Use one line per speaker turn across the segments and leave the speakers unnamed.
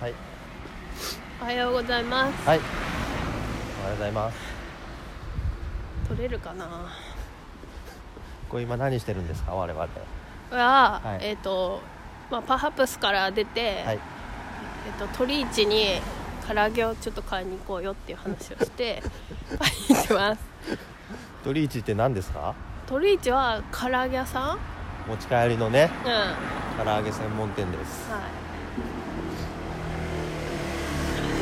はい
おはようございます、
はいおはようございます
取れるかな
これ今何してるんですか我々は
は、
はい
えっ、と、まあ、パーハプスから出て、
い
えっと鳥市に唐揚げをちょっと買いに行こうよっていう話をして 買いに行ってます
鳥市って何ですか
鳥市は唐揚げ屋さんうん
持ち帰りのね
は
唐揚げ専門店です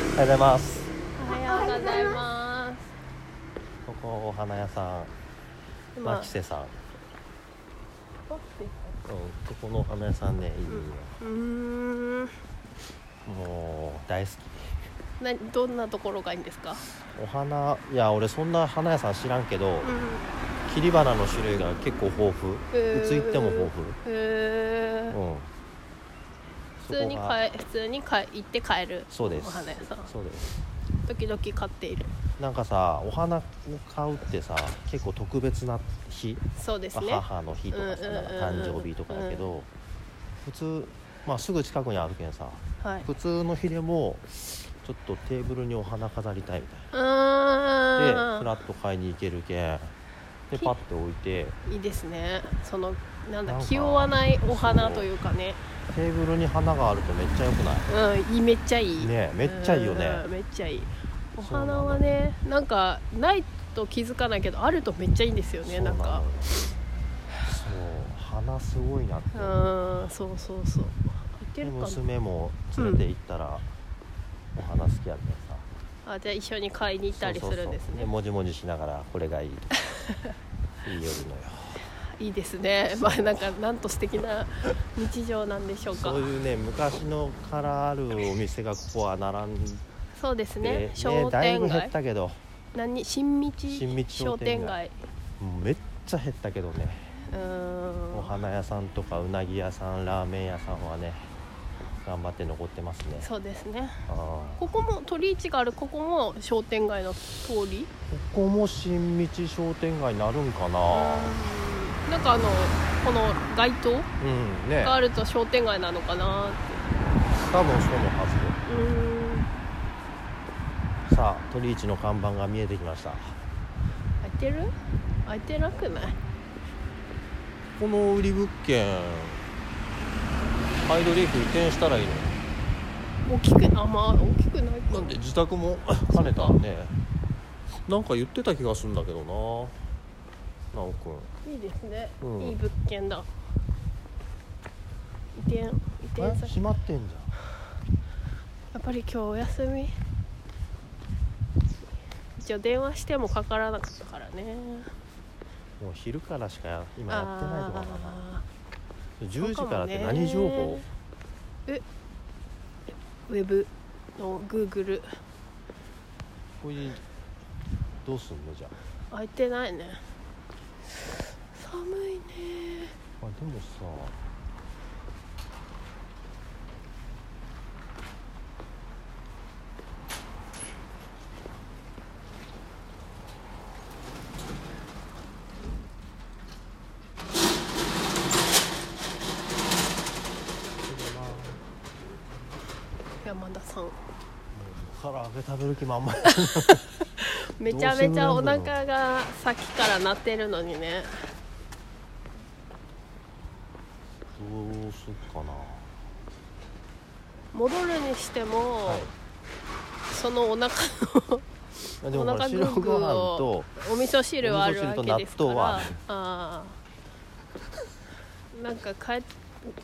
い
おはようございます
おはようございます
ここお花屋さん
今
牧瀬さん、うん、
パッて
ここのお花屋さんねいいよ、
うーん
もう大好き
などんなところがいいんですか
お花いや俺そんな花屋さん知らんけど、
うん
切り花の種類が結構豊富
へー
いつ行っても豊
へ
富
ー
うん
普通に
そこが
買え普通に買え行って買える
そうです
お花屋さん
そうです
時々買っている
なんかさお花を買うってさ結構特別な日、
そうです
ま
ね
あ母の日とかさ
うんうんう
なんん
う
か
ん
誕生日とかだけど、普通、まあ、すぐ近くにあるけんさ
はい
普通の日でもちょっとテーブルにお花飾りたいみたいうなで
ーん
ふらっと買いに行けるけんで
き
パッて置いて
いいですねそのなんだ
なんか
気負わないお花というかね
テーブルに花があるとめっちゃ良くない
うんいいめっちゃいい
ねえめっちゃいいよね
うんめっちゃいいお
そうな
花
の
はねなんかないと気づかないけどあるとめっちゃいいんですよね
そう
な
なんの
か
よそう花すごいなって
う
思う
ーんそうそうそういけ
で
るか
娘も連れて行ったら、お花好きやけんさ
なあじゃあ一緒に買いに行ったりするんです
そうそうそう
ね
もじもじしながらこれが いいとかいい夜のよ
いいですね
そう
まあなんかなんと素敵な日常なんでしょうか
そういうね昔のからあるお店がここは並んで、
そうですね商
ねだい
店
ぶ減っ
街
たけど
何新道
新道
商
商
店
店
街
街めっちゃ減ったけどね
うーん
お花屋さんとかうなぎ屋さんラーメン屋さんはね頑張って残ってますね
そうですね
ああ
ここも鳥市があるここも商店街の通り
ここも新道商店街になるんかな
うんなんかあのこの街灯
うんね
があると商店街なのかなっ
多分そうのは
てうーん
ずさあ鳥市の看板が見えてきました
開いてる開いてなくない
この売り物件ハイドリーフ移転したらいいのよ
大きくあまあ大きくないか
なんで自宅も 兼ねたんでなんか言ってた気がするんだけどななおくん
いいですね、
うん
いい物件だ移転移
え
転先
閉まってんじゃ
やっぱり今日お休み一応電話してもかからなかったからね
んもう昼からしか今やってないのかな
あ
10時からって
そうかもね
何情報
ーウェブの Google
これどうすんのじゃあ
開いてないね寒いね
あでもさ
山田さん
唐揚げ食べる気満々
めちゃめちゃお
どうしてもなんだろ
腹がさっきから鳴ってるのにね
どうすっかな
戻るにしても、
はい
そのお腹の
あでもほ
お腹
ら
グー
白
グー
ご飯
を
と
お味噌汁はあるわけですか
お味噌汁と納豆は
ら
ある
あーなんか変え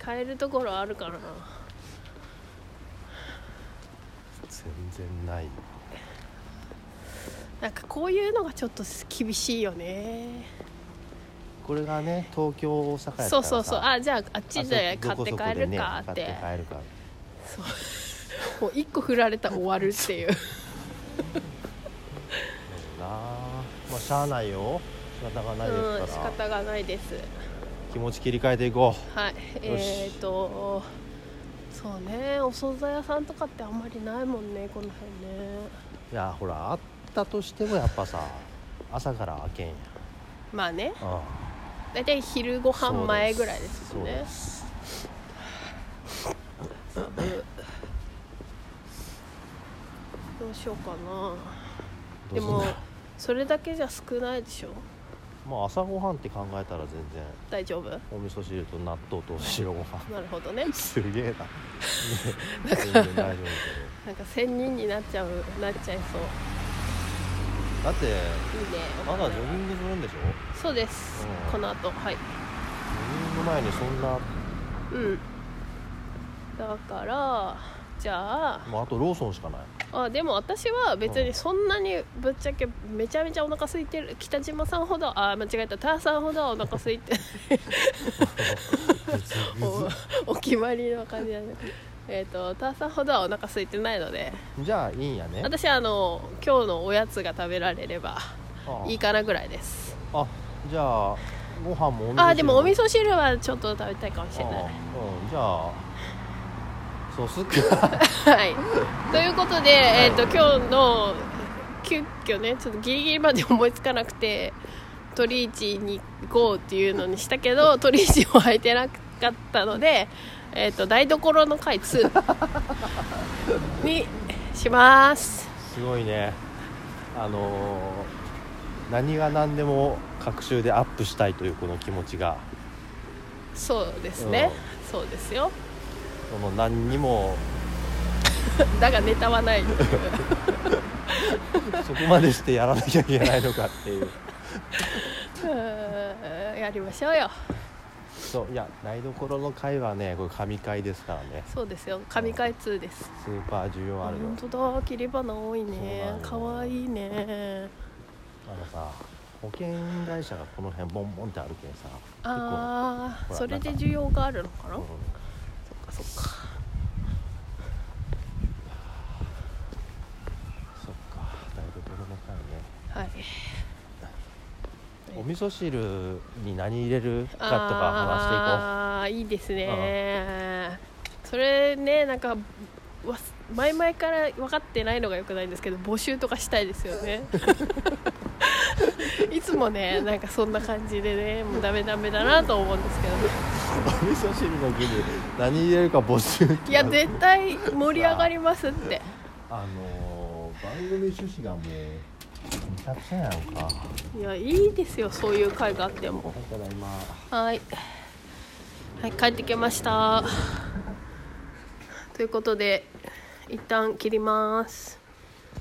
変えるところあるかな
全然ない
なんかこういうのがちょっと厳しいよね
これがね東京大阪やったらさ
そうそうそうあじゃああっちで買って帰るか
あそこそこでね、買っ
って
て帰るか
もう一個振られたら終わるって いう
そうなまあしゃあないよ仕方がないで
うん仕
すから、
方がないです
気持ち切り替えていこ
はい
よし
えっ、ー、とそうねお惣菜屋さんとかってあんまりないもんねこの辺ね
ういやほらあったとしてもやっぱさ朝から開けんや
まあね
うん
大体昼ご飯
そうです
前ぐらいですもんね
そうです
どうしようかな
どう
です
んだろ
も
う
それだけじゃ少ないでしょ
まあ朝ごはんって考えたら全然
大丈夫
お味噌汁と納豆と白ご飯
なるほどね
すげえなね 全然大丈夫だけど
なんか千人になっちゃうなっちゃいそう
だって
いいね
まだジョギングするんでしょ
そうです、
うん
この後はい
ジョギング前にそんな
うんだからじゃあ
もうあとローソンしかない
あでも私は別にそんなにぶっちゃけめちゃめちゃお腹空いてる北島さんほどあ間違えたターさんほどはお腹空いて おお決まりの感じなんだけどえっとターさんほどはお腹空いてないので
じゃあいいんやね
私はあの今日のおやつが食べられれば
ああ
いいかなぐらいです
あじゃあご飯もお味噌汁
あでもお味噌汁はちょっと食べたいかもしれない
ああうんじゃあそうすっか
はい、ということで、えー、と今日の急遽ねちょっとギリギリまで思いつかなくて鳥市に行こうっていうのにしたけど鳥市も空いてなかったので、えー、と台所の回2 にします
すごいねあのー何が何でも隔週でアップしたいというこの気持ちが
そうですね、そうですよ
その何に も
だがネタはないっていう
そこまでしてやらなきゃいけないのかっていう
うーんやりましょうよ
そういや台所の回はねこれ神回ですからね
そうですよ神回2です
スーパー重要あるよ
本当だ切り花多いね
そうな
か
のよ
わいいね
あのさ保険会社がこの辺ボンボンってあるけんさ
ああ
ほら
それで
なんか
需要があるのかな、
うん
そっかそっか
そっか台所の回ね
はい
お味噌汁に何入れるかとか話
ああーいいですねそれねなんかわす前々から分かってないのがよくないんですけど募集とかしたいですよ ねいつもねなんかそんな感じでねもうダメダメだなと思うんですけどね
していこうお味噌汁の具に何入れるか募集って
いや絶対盛り上がりますって
あのー番組趣旨がもうめちゃくちゃやんか
いやいいですよそういう会があっても
ただいま
はい。はい、帰ってきました。ということで、一旦切ります。